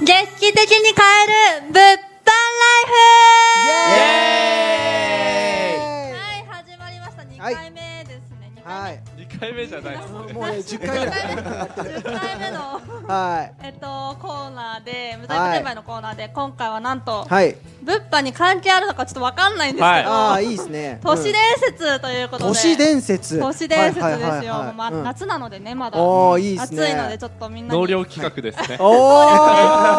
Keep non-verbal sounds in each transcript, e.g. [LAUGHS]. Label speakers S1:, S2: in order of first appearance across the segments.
S1: 劇的に変える物販ライフはい、始まりました。2
S2: はい
S1: 回目ですね。2
S2: は
S1: 回
S2: い。
S3: 2回目じゃ
S2: [LAUGHS]
S3: ない
S1: [LAUGHS]
S3: です
S2: もう
S3: ね
S2: もうね10回ぐらい。
S1: 目。10回目の、 [LAUGHS]
S2: は
S1: えっと、コーナーで、無駄テーマのコーナーで、今回はなんと
S2: い。、はい。
S1: 物販に関係あるのかちょっとわかんないんですけど、
S2: ああいいですね。
S1: 都市伝
S2: うん
S1: 説ということで。
S2: 都市伝説。
S1: 都市伝説ですよ。もうま
S2: あ
S1: 夏なのでね、まだ。
S2: おー
S1: 暑
S2: い
S1: い
S2: いっすね
S1: ので、ちょっとみんなに。
S3: 納涼企画ですね
S2: お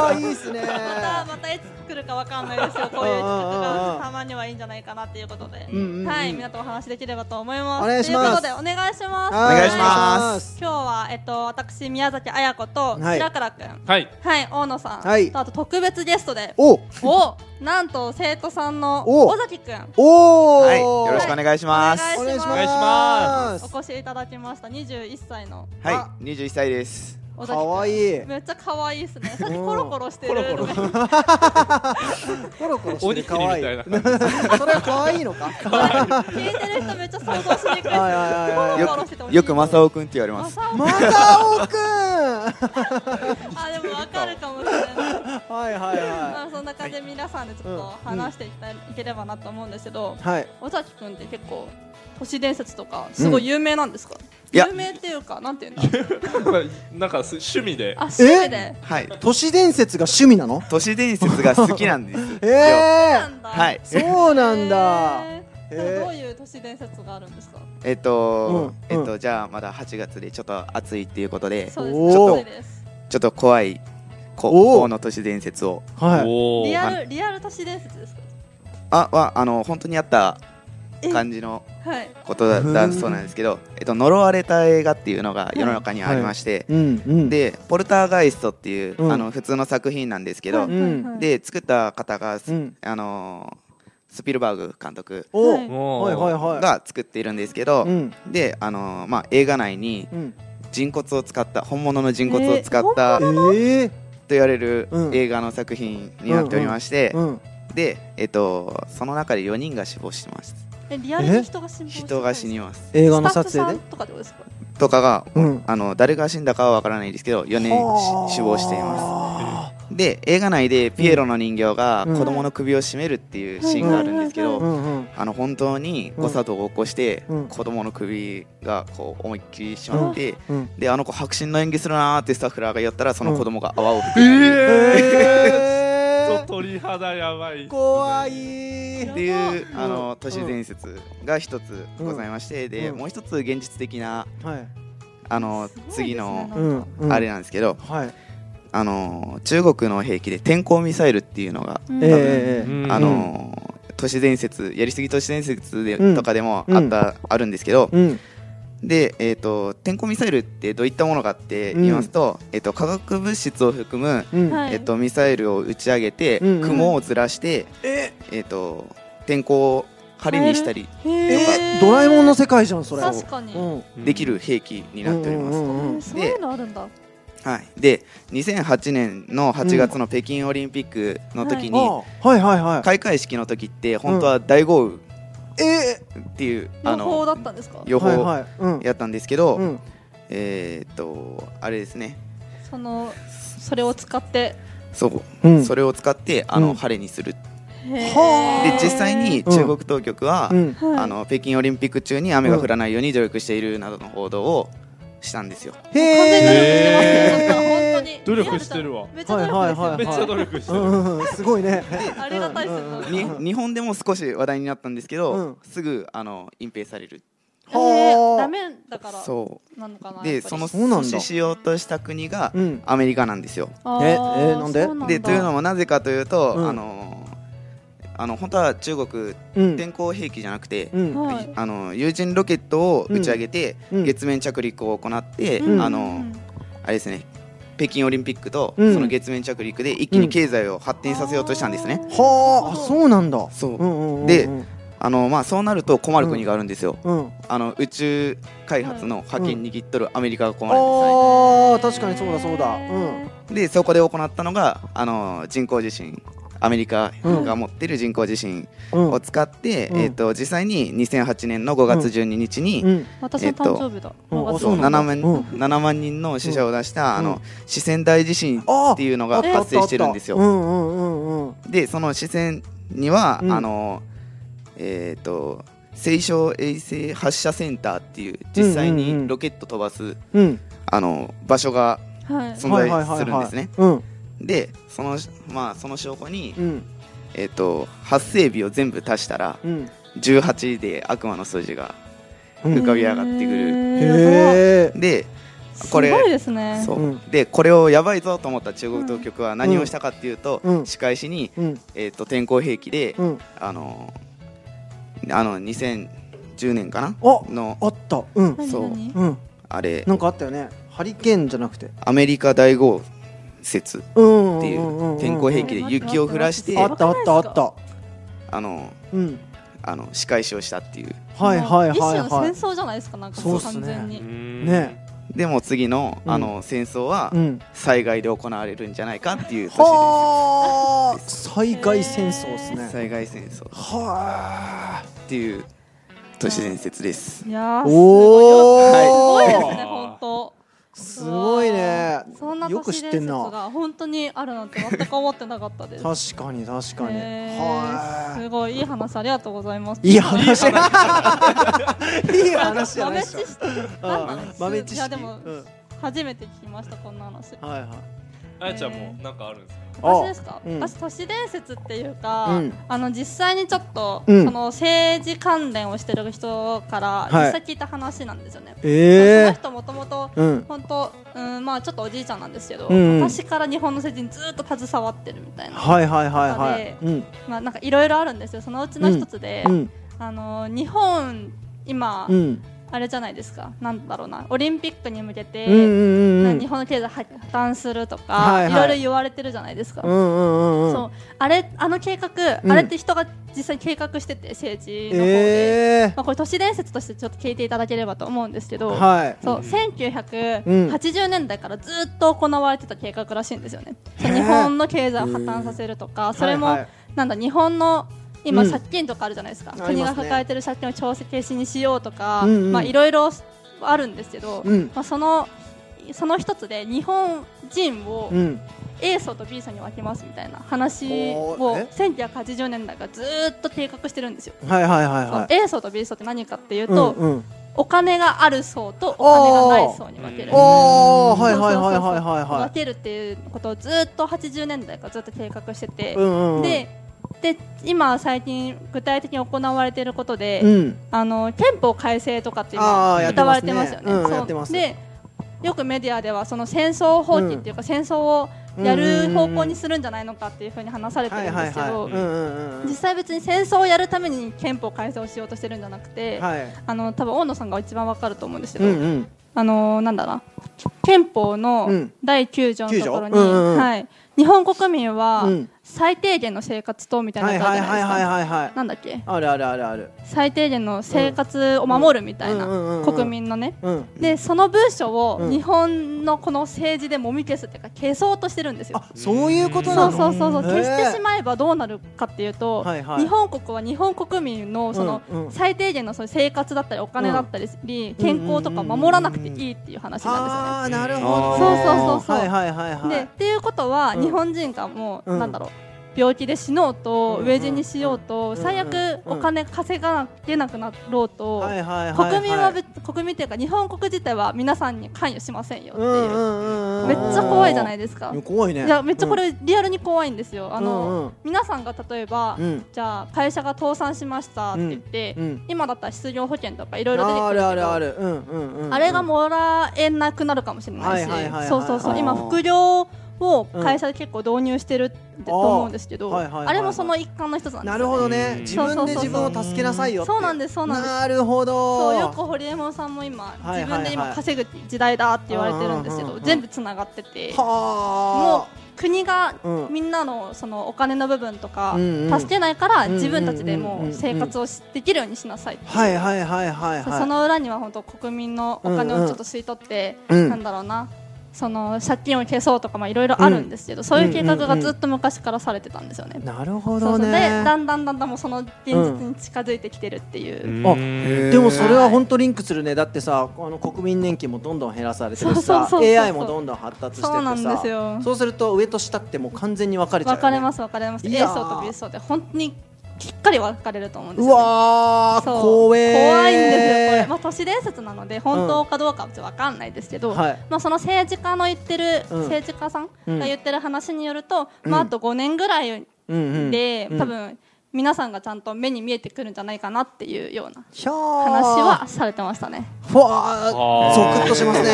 S2: ーいいですね。
S1: またまたいつ来るかわかんないですよ、こういう企画がたまにはいいんじゃないかなということで、
S2: んうんうん
S1: はい、みんなとお話できればと思います。
S2: お願いします
S1: ということで、お願いします。
S2: は。
S4: お願いします
S1: 今日は、えっと、私、宮崎彩子と、
S2: はい
S1: 白倉くん、
S3: はい
S1: はい、大野さん、
S2: はい
S1: とあと特別ゲストで、
S2: お
S1: おなんと生徒さんの
S2: お
S1: 尾崎くん、
S2: おー。
S4: はい、よろしくお願いします。
S1: お願いします
S2: お願いします。
S1: お越しいただきました、21歳のあ
S4: はい、二十一歳です。
S1: 尾
S2: か
S1: 崎くん。
S2: わいい。
S1: めっちゃ可愛いですね。さっきコロコロしてる。
S3: コロコロ
S2: コロコロし
S3: お
S2: てる
S3: にぎりみ
S2: 可愛
S3: た
S2: い
S3: いな。
S2: それは可愛いのか。
S1: 聞いてる人めっちゃ想像しにくいですね。
S2: はいはいはいはい
S1: コロコロしててお
S4: よくマ
S1: お
S4: サオくんって言われま。
S1: ますさお
S2: マサオくん。は
S1: あでもわかるかもしれ
S4: [LAUGHS]
S1: ない。
S2: いはい
S1: まあ
S2: は
S1: そんな感じで皆さんでちょっと話していただいければなと思うんですけど、
S2: い。はい。
S1: 尾崎くんって結構都市伝説とかすごい有名なんですか？
S4: いや
S1: 有名っていうかなんていうんだろう。
S3: [LAUGHS] なんかす趣味で
S1: あ趣味で。
S4: はい、
S2: 都市伝説が趣味なの？
S4: 都市伝説が好きなん
S1: [LAUGHS]
S4: ですよ。
S2: え
S1: なんだ。
S4: はい。
S2: え。そうなんだ。
S1: へー。
S2: へー
S1: どういう都市伝説があるんですか？
S4: えっと、
S2: う
S4: え
S2: ん
S4: っと、じゃあ、まだ八月でちょっと暑いっていうことで、
S1: そうです。
S2: おー
S1: 都市です。
S4: ちょっと怖い。こ
S2: おー
S4: この都市伝説を。
S2: [LAUGHS] はい。
S3: お
S1: リ
S3: ー
S1: アルリアル都市伝説ですか？
S4: あ、は、あの、本当にあった
S1: え
S4: 感じの
S1: はい。
S4: ことだったそうなんですけど。えっと、呪われた映画っていうのが世の中にはありまして。
S2: うんうん。
S4: で、ポルターガイストっていう、
S2: うん
S4: あの、普通の作品なんですけど。
S1: はいはいはい
S4: で作った方がす、
S2: うん
S4: あのースピルバーグ監督
S2: お
S1: はい
S3: お
S2: はいはい
S3: い
S2: はい。
S4: が作っているんですけど、
S2: うん
S4: で、あのーまあ、映画内に
S2: うん。
S4: 人骨を使った本物の人骨を使った
S2: え
S4: と
S2: ー
S4: 言われる
S2: うん
S4: 映画の作品になっておりまして、
S2: うん。
S4: で、えっと、その中で4人が死亡してます
S1: えリアルに人が死亡して
S4: 人が死に
S1: ま
S4: ます
S2: 映
S1: 映
S2: 画の撮影で。
S1: とかってことですか？
S4: とかが、
S2: うん
S4: あの誰が死んだかはわからないですけど4
S2: は
S4: 人
S2: あ
S4: し死亡していますで映画内でピエロの人形が
S2: うん
S4: 子供の首を絞めるっていうシーンがあるんですけど、
S1: うん
S2: うんうん。
S4: あの本当に誤作動を起こして、
S2: うん
S4: 子供の首がこう思いっきりしまって、
S2: うん。
S4: であの子白真の演技するなーってスタッフらが言ったらその子供が泡を吹く、
S3: えーちょっ
S2: え
S3: と鳥肌やばい
S2: ー。怖い。
S4: っていう
S2: ば
S4: あの都市伝説が一つございまして、で
S2: うん
S4: もう一つ現実的な
S2: はい。
S4: あの、
S1: すごい
S4: 次
S1: ですね
S4: の
S2: うんうん。
S4: あれなんですけど、
S2: はい。
S4: あの中国の兵器で天候ミサイルっていうのが、
S1: うん
S2: えええ
S3: うん
S2: え。
S4: あの都市伝説やりすぎ都市伝説で、
S2: うん
S4: とかでもあった、あるんですけど、
S2: うん。
S4: で、えー、と天候ミサイルってどういったものかって言いますと,、えー、と化学物質を含む、
S2: うん。
S1: はい
S4: えー、とミサイルを打ち上げて、
S2: うんうん
S4: 雲をずらして、えー、と天候を針にしたり
S2: えー、ドラえもんの世界じゃんそれ。
S1: 確かに、
S2: うん。
S4: できる兵器になっております。
S2: うんうんうん
S1: そういうのあるんだ
S4: はい、で2008年の8月の北京オリンピックの時に、
S2: あーはいはいは
S4: 開会式の時って本当は大豪雨
S2: い。え
S4: っていう、あ
S1: 予報
S4: の
S1: だったんですか
S2: ー。
S4: 予
S2: はい
S4: 報
S2: はい。うん。
S4: やったんですけど、
S2: うん。
S4: えー、とあれですね
S1: そのそれを使って
S4: そう
S2: うん。
S4: それを使ってあの、
S2: うん
S4: 晴れにする
S2: は
S4: で
S2: あ
S4: 実際に中国当局は、
S2: うん。
S1: はい
S4: あの北京オリンピック中に雨が降らないように努力しているなどの報道をしたんですよ。
S1: 完
S2: へ
S1: 全に
S2: え。
S1: 本当に
S3: 努力してるわ
S1: めっちゃ努力してる、
S2: はいはいはい
S3: めっちゃ努力して
S2: う
S3: る
S2: んうんうん。すごいね。
S1: ありがたいですよ、
S2: うんうんうん
S4: に日本でも少し話題になったんですけど、
S2: うん
S4: すぐあの隠蔽される
S1: え
S2: は
S1: ー、
S2: あ
S1: ダメだから
S4: そ
S1: なのかな
S4: うで
S1: やっぱり
S4: その
S2: そうなんだ
S4: 阻止しようとした国が
S2: うん。
S4: アメリカなんですよ。
S1: あー
S2: ええーなんで
S1: そうだ
S4: でというのもなぜかというと、
S2: うん
S4: あのあの本当は中国
S2: うん。
S4: 天候兵器じゃなくて、
S2: うん。
S1: はい
S4: あの有人ロケットを打ち上げて、
S2: うん
S4: 月面着陸を行って、
S1: うん
S4: あのあれですね北京オリンピックと
S2: うん
S4: その月面着陸で一気に経済を発展させようとしたんですね、
S2: はあ、あそうなんだ。
S4: そ
S2: う
S4: う
S2: んうんうんうん、
S4: であのまあそうなると困る国があるんですよ、
S2: うん、
S4: あの宇宙開発の覇権握っとるアメリカが困るんです
S2: あ
S4: ね、
S2: あ、確かにそうだそうだ。うん。
S4: でそこで行ったのがあの人工地震アメリカが持ってる人工地震
S2: うん
S4: を使って、
S2: うん
S4: えー、と実際に2008年の5月12日に、
S2: うん
S1: 私の誕生日だ。
S2: えっと
S1: 5月
S4: そう
S2: あなんだ
S4: 7万
S2: うん
S4: 7万人の死者を出した、
S2: うん
S4: あの四川大地震
S2: あ
S4: っていうのが発生してるんですよ。
S2: うんうんうんうん
S4: でその四川には、
S2: うん
S4: あのえっ、と青少衛星発射センターっていう実際
S2: うんうんうん
S4: にロケット飛ばす、
S2: うん
S4: あの場所が
S1: はい。
S4: 存在するんですね。
S2: うん
S4: でそのまあその証拠に、
S2: うん
S4: えっ、と発生日を全部足したら
S2: うん
S4: 18で悪魔の数字が
S2: うん
S4: 浮かび上がってくる。
S2: へ
S1: え。
S2: え
S4: で、
S1: す
S4: こ
S1: ご
S4: れ
S1: いですね。
S4: そう
S2: うん
S4: でこれをやばいぞと思った中国当局は何をしたかっていうと、
S2: うん
S4: 仕返しに、
S2: うん
S4: えー、と天候兵器で、
S2: うん
S4: あのーあの2010年かな
S2: あ
S4: の
S2: あったうん
S1: 何
S4: そう
S1: 何
S2: うん
S4: あれ
S2: なんかあったよねハリケーンじゃなくて
S4: アメリカ大豪雪
S2: うん
S4: ってい
S2: んんん
S4: うん天候兵器で雪を降らして
S2: あったあったあった
S4: あの
S2: うん
S4: あの仕返しをしたっていう
S2: はいはいはい
S1: 一種の
S2: はい
S1: 戦争じゃないですか、なんか
S2: そうっすね
S1: 完全に。
S3: ね
S2: ね
S4: でも次の,、
S2: うん
S4: あの戦争は
S2: うん
S4: 災害で行われるんじゃないかっていう年
S2: はあ災害戦争です
S4: です
S2: ね
S4: 災害戦争っ
S2: はあ
S4: ていう都市伝説です
S1: いやー、すごい。
S2: おー
S1: すごいです
S3: はい
S1: ね、本当。
S2: すごいね
S1: そんな
S2: よ
S1: 都
S2: く
S1: 市
S2: 知
S1: 伝
S2: って
S1: 説
S2: んな
S1: が本当にあるなんて全く思ってなかったです。
S2: 確かに確かに
S1: へー
S2: は
S1: すごいいい話ありがとうございます。
S2: いい
S1: [LAUGHS]
S2: い話いい話じゃな
S1: 豆
S2: いで
S1: 知
S2: しょ
S1: 識なんなんです
S2: 豆知識
S1: いやでも
S2: うん
S1: 初めて聞きましたこんな話。
S2: はいはい
S3: あやちゃんもなんかあるんですか
S2: あ
S1: 私ですか、
S2: うん
S1: 私都市伝説っていうか、
S2: うん
S1: あの実際にちょっと、
S2: うん
S1: その政治関連をしてる人から
S2: はい
S1: 実際聞いた話なんですよね、
S2: ええ
S1: その人もともと
S2: うん
S1: 本当うんまあちょっとおじいちゃんなんですけど、
S2: うん
S1: 昔から日本の政治にずっと携わってるみたいな、
S2: はいはいはいはい
S1: 中
S2: うん
S1: まあなんかいろいろあるんですよそのうちの一つで、
S2: うん
S1: あの日本今、
S2: うん
S1: あれじゃないですかなんだろうなオリンピックに向けて、
S2: うんうんうんうん
S1: 日本の経済破綻するとか、
S2: はい
S1: い
S2: はい
S1: ろいろ言われてるじゃないですか、
S2: うんうんうんうん
S1: そうあれあの計画、
S2: うん
S1: あれって人が実際に計画してて政治の方で、
S2: ええ
S1: まあ、これ都市伝説としてちょっと聞いていただければと思うんですけど、
S2: はい
S1: そう
S3: うん
S1: 1980年代からずっと行われてた計画らしいんですよね、そう
S2: へー
S1: 日本の経済を破綻させるとか、それも、
S2: はいはい
S1: なんだ日本の今、
S2: うん
S1: 借金とかあるじゃないですか、
S2: あり
S1: 国
S2: ますね
S1: が抱えてる借金を調整停止にしようとか、
S2: うんうん
S1: まあ、いろいろあるんですけど、
S2: うん
S1: まあ、そのその一つで日本人を
S2: うん
S1: A 層と B 層に分けますみたいな話
S2: お
S1: を
S2: ーえ
S1: 1980年代からずーっと計画してるんですよ。
S2: はいはいはいはい
S1: その A 層と B 層って何かっていう
S2: うん
S1: と、
S2: うん
S1: お金がある層とお金がない層に分ける。
S3: おー
S2: あ
S1: そ
S2: ー
S1: う
S2: はい
S1: そう
S2: はい
S1: そう
S2: はい
S1: そう
S2: はいはいは
S1: 分けるっていうことをずーっと80年代からずっと計画してて、
S2: いうんうんうん
S1: でで今最近具体的に行われていることで、
S2: うん
S1: あの憲法改正とかって
S2: あ
S1: 今
S2: ーやって
S1: 歌
S2: ま
S1: わ
S2: す
S1: れて
S2: ね
S1: ますよね。
S2: うん
S1: そう
S2: やってます
S1: でよくメディアではその戦争放棄っていうか、戦争をやる方向にするんじゃないのかっていうふうに話されて
S2: はい
S1: るん
S2: は
S1: で
S2: い
S1: すけ
S2: はい
S1: ど
S2: うんうんうん
S1: 実際別に戦争をやるために憲法改正をしようとしてるんじゃなくて、
S2: はい
S1: あの多分大野さんが一番わかると思うんですけ
S2: う
S1: ど、
S2: んうん
S1: あのなんだろうな憲法の
S2: うん
S1: 第9条のところに、
S2: 9条うんうんうん
S1: はい、日本国民は
S2: うん
S1: 最低限の生活とみたいな
S2: は
S1: の
S2: い
S1: があ
S2: は
S1: る
S2: い
S1: じゃないです
S2: はいはい
S1: か。
S2: はいはい
S1: なんだっけ
S2: あるあるあるある
S1: 最低限の生活を守るみたい
S2: うんうんうん
S1: な
S2: うん
S1: 国民のね
S2: うん
S1: でその文章
S2: う
S1: を
S2: ん
S1: 日本のこの政治でもみ消すっていうか消そうとしてるんですよ
S2: あそういうことな
S1: そう
S2: の
S1: そうそうそう
S2: へー
S1: 消してしまえばどうなるかっていうと、
S2: はいはい
S1: 日本国は日本国民のその
S2: うんうん
S1: 最低限のその生活だったりお金だったり、健康とか守らなくていいっていう話なん
S2: ああーなるほど
S1: そうそうそうそう
S2: はいはいはい
S1: ですよね。で
S2: はい
S1: っていうことは、
S2: うん
S1: 日本人がもう、
S2: うん
S1: なんだろう病気で死のうと、
S2: うん
S1: 飢え死にしようと、
S2: うん
S1: 最悪お金稼がなきゃなくなろうと、
S2: はいはいはい
S1: 国民は別国民っていうか日本国自体は皆さんに関与しませんよっていう、
S2: うん
S1: めっちゃ怖いじゃないいですか。
S2: 怖いね
S1: いやめっちゃこれリアルに怖いんですよ。あの、
S2: うんうん
S1: 皆さんが例えば、
S2: うん
S1: じゃあ会社が倒産しましたって言って、
S2: うん
S1: 今だったら失業保険とかいろいろ出てくる
S2: あ
S1: け
S2: る
S1: ど
S2: あるあるうんうんうんうん
S1: あれがもらえなくなるかもしれないし、
S2: はいはいはいはい
S1: そうそうそ
S4: あ
S1: う
S4: ー
S1: 今副業を会社で結構導入してるってと思うんですけど、
S2: あーはいはいはい
S1: あ
S2: はい
S1: れもその一環の一つなんですよ、ね、
S2: なるほどね
S3: うん
S2: 自分で自分を助けなさいよって
S1: そうなんですそうなんです
S2: なるほど
S1: そうよく堀江門さんも今、
S2: はいはいはい
S1: 自分で今稼ぐ時代だって言われてるんですけ
S2: うんうん
S1: ど
S2: うん
S1: 全部つながってても
S2: は
S1: う国が
S2: うん
S1: みんなのそのお金の部分とか
S2: うんうん
S1: 助けないから
S2: うんうんうんうん
S1: 自分たちでもう生活をしできるようにしなさいっていう
S2: はいはいはいはいはい
S1: その裏には本当国民のお金をちょっと吸い取って、
S2: うん
S1: なんだろうなその借金を消そうとかまあいろいろあるんですけど、そういう計画がずっと昔からされてたんですよね。
S2: なる
S1: そう
S2: ほど
S1: そうで
S2: ね
S1: だんだんだんだんもうその現実に近づいてきてるっていう、
S2: あ
S4: へー
S2: でもそれは本当リンクするねだってさあの国民年金もどんどん減らされてるし
S1: そ
S2: さ
S1: うそうそうそう
S2: AI もどんどん発達してってさ
S1: そうなんですよ
S2: そうすると上と下ってもう完全に分かれちゃう、ね、
S1: 分かれます分かれます A
S2: いやー
S1: 層と B 層で本当にきっかり分かれると思うんです
S2: う
S1: よ、ね。
S2: わー
S1: そう
S2: 怖えー
S1: 怖いんですよこれ、まあ、都市伝説なので本当かどうかはちょっとわかんないですけど、
S2: はい
S1: まあ、その政治家の言ってる、
S2: うん
S1: 政治家さん
S2: うん
S1: が言ってる話によると、
S2: うん
S1: まあ、あと5年ぐらい
S2: うんうん
S1: で、
S2: うん
S1: 多分皆さんがちゃんと目に見えてくるんじゃないかなっていうような
S2: ひゃー
S1: 話はされてましたね
S2: ふわ
S3: あ
S2: ーゾ
S3: ー
S2: クッとしま
S1: [LAUGHS]
S2: すね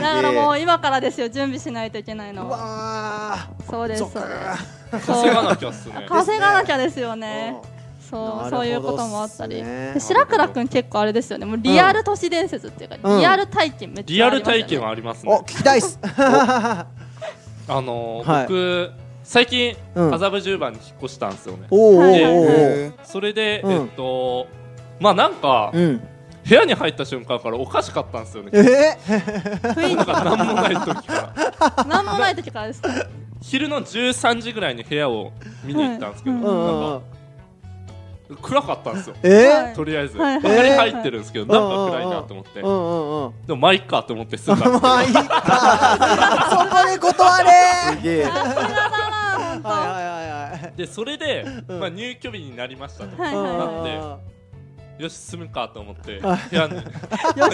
S1: だからもう今からですよ準備しないといけないうのは
S2: わ
S1: そうで
S2: ー
S1: す
S2: ゾ
S1: そう
S2: ク
S1: です
S2: ー
S1: そう
S3: 稼がなきゃっすね。
S1: 稼がなきゃですよね
S2: うん
S1: そ
S2: なるほどっすね
S1: うそういうこともあったり、で
S2: なる
S1: 白倉君結構あれですよねもうリアル都市伝説っていうか、
S2: うん
S1: リアル体験めっち
S3: リ
S1: ゃ
S3: ア
S1: あり
S3: ル
S1: ますよね
S3: 体験はあります
S2: お
S3: ね。
S2: 聞きたいっす
S3: あのー
S2: はい
S3: 僕最近
S2: うん
S3: 麻布十番に引っ越したんですよね。
S2: おーおーおー
S4: へー
S3: それで
S2: うん
S3: えっとまあなんか
S2: おーうん
S3: 部屋に入った瞬間からおかしかったんですよね。
S2: えー
S1: 雰囲
S3: なんかなんもない時から。
S1: 気なんもない時からですか
S3: [LAUGHS] 昼の13時ぐらいに部屋を見に行ったんですけど、
S1: はい
S2: うんう
S3: なん
S2: んう
S3: か
S2: ん
S3: 暗かったんですよ。
S2: えー
S1: はい
S3: とりあえず、
S1: はい
S3: まあ部屋に入ってるんですけど、なんか暗いなと思って
S2: う、んうんうん
S3: でもまあいっかと思って住んだんですけど
S2: まあいいかそこで断れ
S4: すげえ
S1: さすがだな本当
S2: はいはいはいはい
S3: でそれで、
S2: うん
S3: まあ、入居日になりましたと、
S1: はいはいは
S3: なよし住むかと思って
S2: あ [LAUGHS]
S3: 部屋に
S1: よ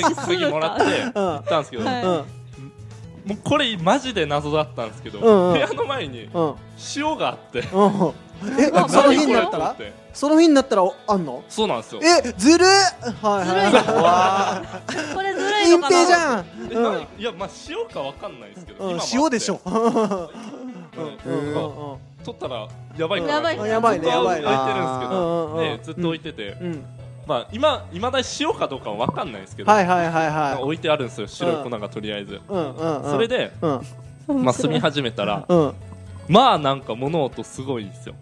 S1: し
S3: 次もらって行ったんですけど、
S1: はい
S2: うんうん
S3: もうこれマジで謎だったんですけど、
S2: うんうん
S3: 部屋の前に
S2: うん
S3: 塩があって
S2: うんえ
S3: [LAUGHS]
S1: あ
S2: その
S1: 何
S2: 日になっ
S3: と
S2: た
S3: 思っ
S2: ら
S3: て
S2: その日になったらおあんの
S3: そうなんですよ
S2: えずるはい
S1: ずるい
S2: は
S1: なこれずる
S2: い
S1: いの
S2: 隠 [LAUGHS]
S1: かな
S2: 蔽じゃん
S3: え
S2: うん
S3: 何いやまあ塩かわかんないですけど、
S2: うん
S3: 今もあって
S2: 塩でしょ
S3: うん
S2: うんうんうん
S3: なんか取ったらやばいかな
S1: やばいね
S2: やばいねやばいね
S3: ずっと置いてるんです
S2: う
S3: けど、
S2: んうんうん
S3: ねずっと置いてて、
S2: うん
S3: まあ今今だに塩かどうかはわかんないですけど、
S2: はいはいはい
S3: なんか
S2: はい
S3: 置いてあるんですよ白い粉がとりあえず、
S2: うんうんうん
S3: それで、
S2: うん
S3: まあ、住み始めたら
S2: うん
S3: まあなんか物音すごいんですよ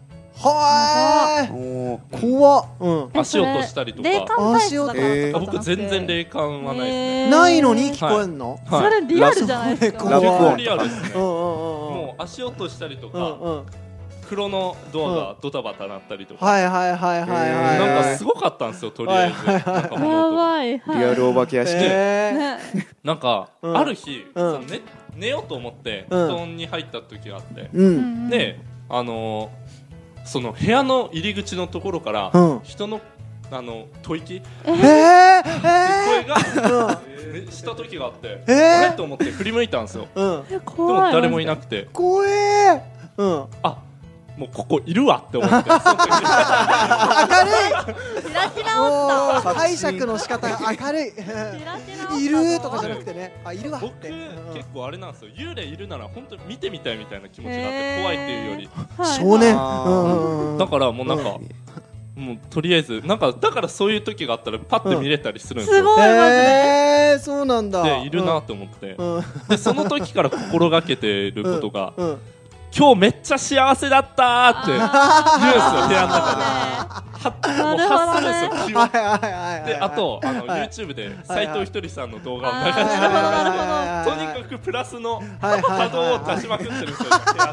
S2: はーい
S4: おー
S2: 怖っうん
S3: 足を落としたりとか
S1: えそれ霊感体質だから
S4: え
S1: とかじ
S4: ー
S1: ゃなくて
S3: 僕全然霊感はないですね、
S1: へー
S2: ないのに聞こえんの
S1: そ
S3: はい
S1: れリアルじゃないです
S2: ラ
S1: か
S2: ブ
S3: 結
S2: 怖
S3: 構
S2: い
S3: リアルですね
S2: うんうんうん
S3: もう足落としたりと
S2: うん
S3: か
S2: うんうん
S3: 黒のドアがドタバタなったりとか、
S2: はいはいはいはいはいはい
S3: なんかすごかったんですよとりあえず、
S2: はいはいはい
S3: なんか
S1: や
S3: 物音が
S1: ばいはい
S4: リアルお化け屋敷
S2: えー
S1: ね
S3: なんか、
S2: うん
S3: ある日、
S2: うん
S3: その寝寝ようと思って
S2: うん
S3: 布団に入った時があって、
S2: う
S1: うんん
S3: であのーその部屋の入り口のところから、
S2: うん
S3: 人のあの吐息って
S2: えー
S3: 声
S2: え
S3: が、
S2: ー
S3: ねした時があって、
S2: えー
S3: あれと思って振り向いたんですよ
S2: うんうん
S1: え
S3: でも
S1: 怖い
S3: 誰もいな
S1: て
S3: くて
S2: 怖えーうん
S3: あもうここいるわって思
S2: [LAUGHS]
S3: ってその時
S2: 明るい
S1: 開き直
S2: お
S1: った
S2: ー解釈の仕方が明 [LAUGHS] るい
S1: 開き直ったぞ
S2: いるとかじゃなくてねあいるわっ
S3: 僕
S2: てうん
S3: 結構あれなんですよ幽霊いるなら本当に見てみたいみたいな気持ちがあ
S1: へ
S3: っ
S1: ー
S3: て怖いっていうより
S1: はい
S2: 少年
S4: あー
S2: うんうんうん
S3: だからもうなんかもうとりあえずなんかだからそういう時があったらパッて見れたりするんです
S1: す
S3: よ
S1: ごいマジで
S2: えーそうなんだ
S3: でいるなと思って
S2: うんうん
S3: でその時から心がけてることが
S2: うん
S3: 今日めっちゃ幸せだったーって言うんですよ部屋の中で
S1: 中
S3: はもう発するんですよ気
S2: はいは
S3: を
S2: いはいはい
S3: であとあの
S2: はい
S3: YouTube で斎藤ひとりさんの動画を流し
S1: あー
S3: て
S2: な
S3: とにかくプラスの
S2: はいはいはい
S3: 波動を出しまくってるんですよ部屋で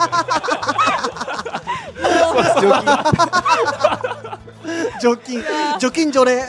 S2: 除菌除菌除霊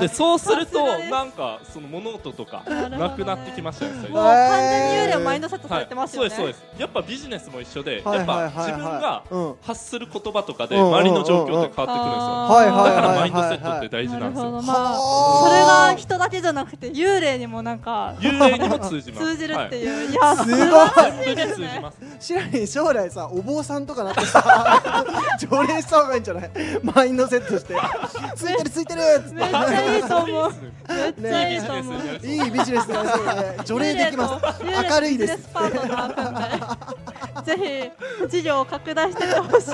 S3: でそうする
S1: さすが
S3: と
S1: です
S3: なんかその物音とか
S1: なるほどね
S3: なくなってきましたよね最
S1: もう
S3: 近
S1: 完全に幽霊をマインドセットさ
S3: は
S1: れ
S3: い
S1: てます
S3: そう
S1: よね
S3: ですそうですやっぱビジネスも一緒で
S2: はいはいは
S3: やっ
S2: い
S3: ぱ
S2: はい
S3: 自分が
S2: うん
S3: 発する言葉とかで
S2: うんうんうんうん
S3: 周りの状況って変わ
S2: はい
S3: ってくるんですよ
S2: は
S3: だから
S2: いは
S3: マ
S2: い
S3: インドセットって大事
S1: な
S3: な
S1: る
S3: んです
S1: ほど
S3: よ
S1: まあ
S2: は
S1: それ
S2: あ
S1: が人だけじゃなくて幽霊にもなんか
S3: 幽霊にも通じ
S2: [LAUGHS]
S3: ます
S1: 通じるって
S3: は
S1: いう、い、や
S2: す
S1: 素
S2: ごい
S1: 晴らしい
S3: 全部
S1: です
S3: に通じ
S1: ね
S3: ます
S2: 知ら [LAUGHS] ない将来さお坊さんとかなってさ [LAUGHS] 除霊した方がいいんじゃないマインドセットしてついてるついてるっつっ
S1: めっちゃいいと思う
S3: [LAUGHS] いいっすね
S1: めっちゃいいと思う
S3: いいビジ
S2: てい
S3: ネスになる
S2: いビジネスだね除霊できます
S1: 幽霊と
S2: 明るいで
S1: 幽霊とビジネス
S2: す
S1: パートナー組んでぜひ事業を拡大してってほしいです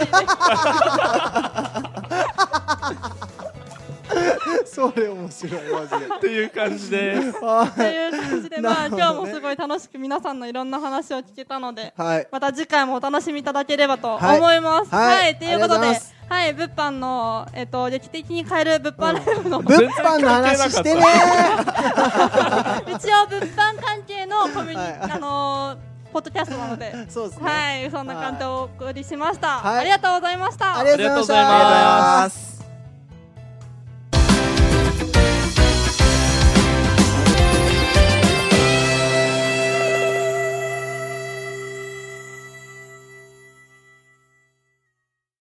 S2: そそれ面白いマジで [LAUGHS]
S3: っていう感じです。
S1: と
S2: は
S1: いう感じで、まあ、
S2: [LAUGHS] なるほどね
S1: 今日もすごい楽しく皆さんのいろんな話を聞けたので、
S2: いはい
S1: また次回もお楽しみいただければと
S2: はい
S1: 思います。
S2: は
S1: はいい、ということ
S2: ありがとうございま、
S1: ですはい、物販の、えっと、劇的に変える物販ライブの、
S2: 物販の話してね
S1: 一応物販関係のコミュニ、
S2: はい
S1: あのーポッドキャストなの
S2: [LAUGHS]
S1: で、
S2: そうですね
S1: はい、そんな感じでお送りしました。
S2: はい
S1: ありがとうございました。
S2: ありがとうございました
S3: ありがとうございま
S4: ます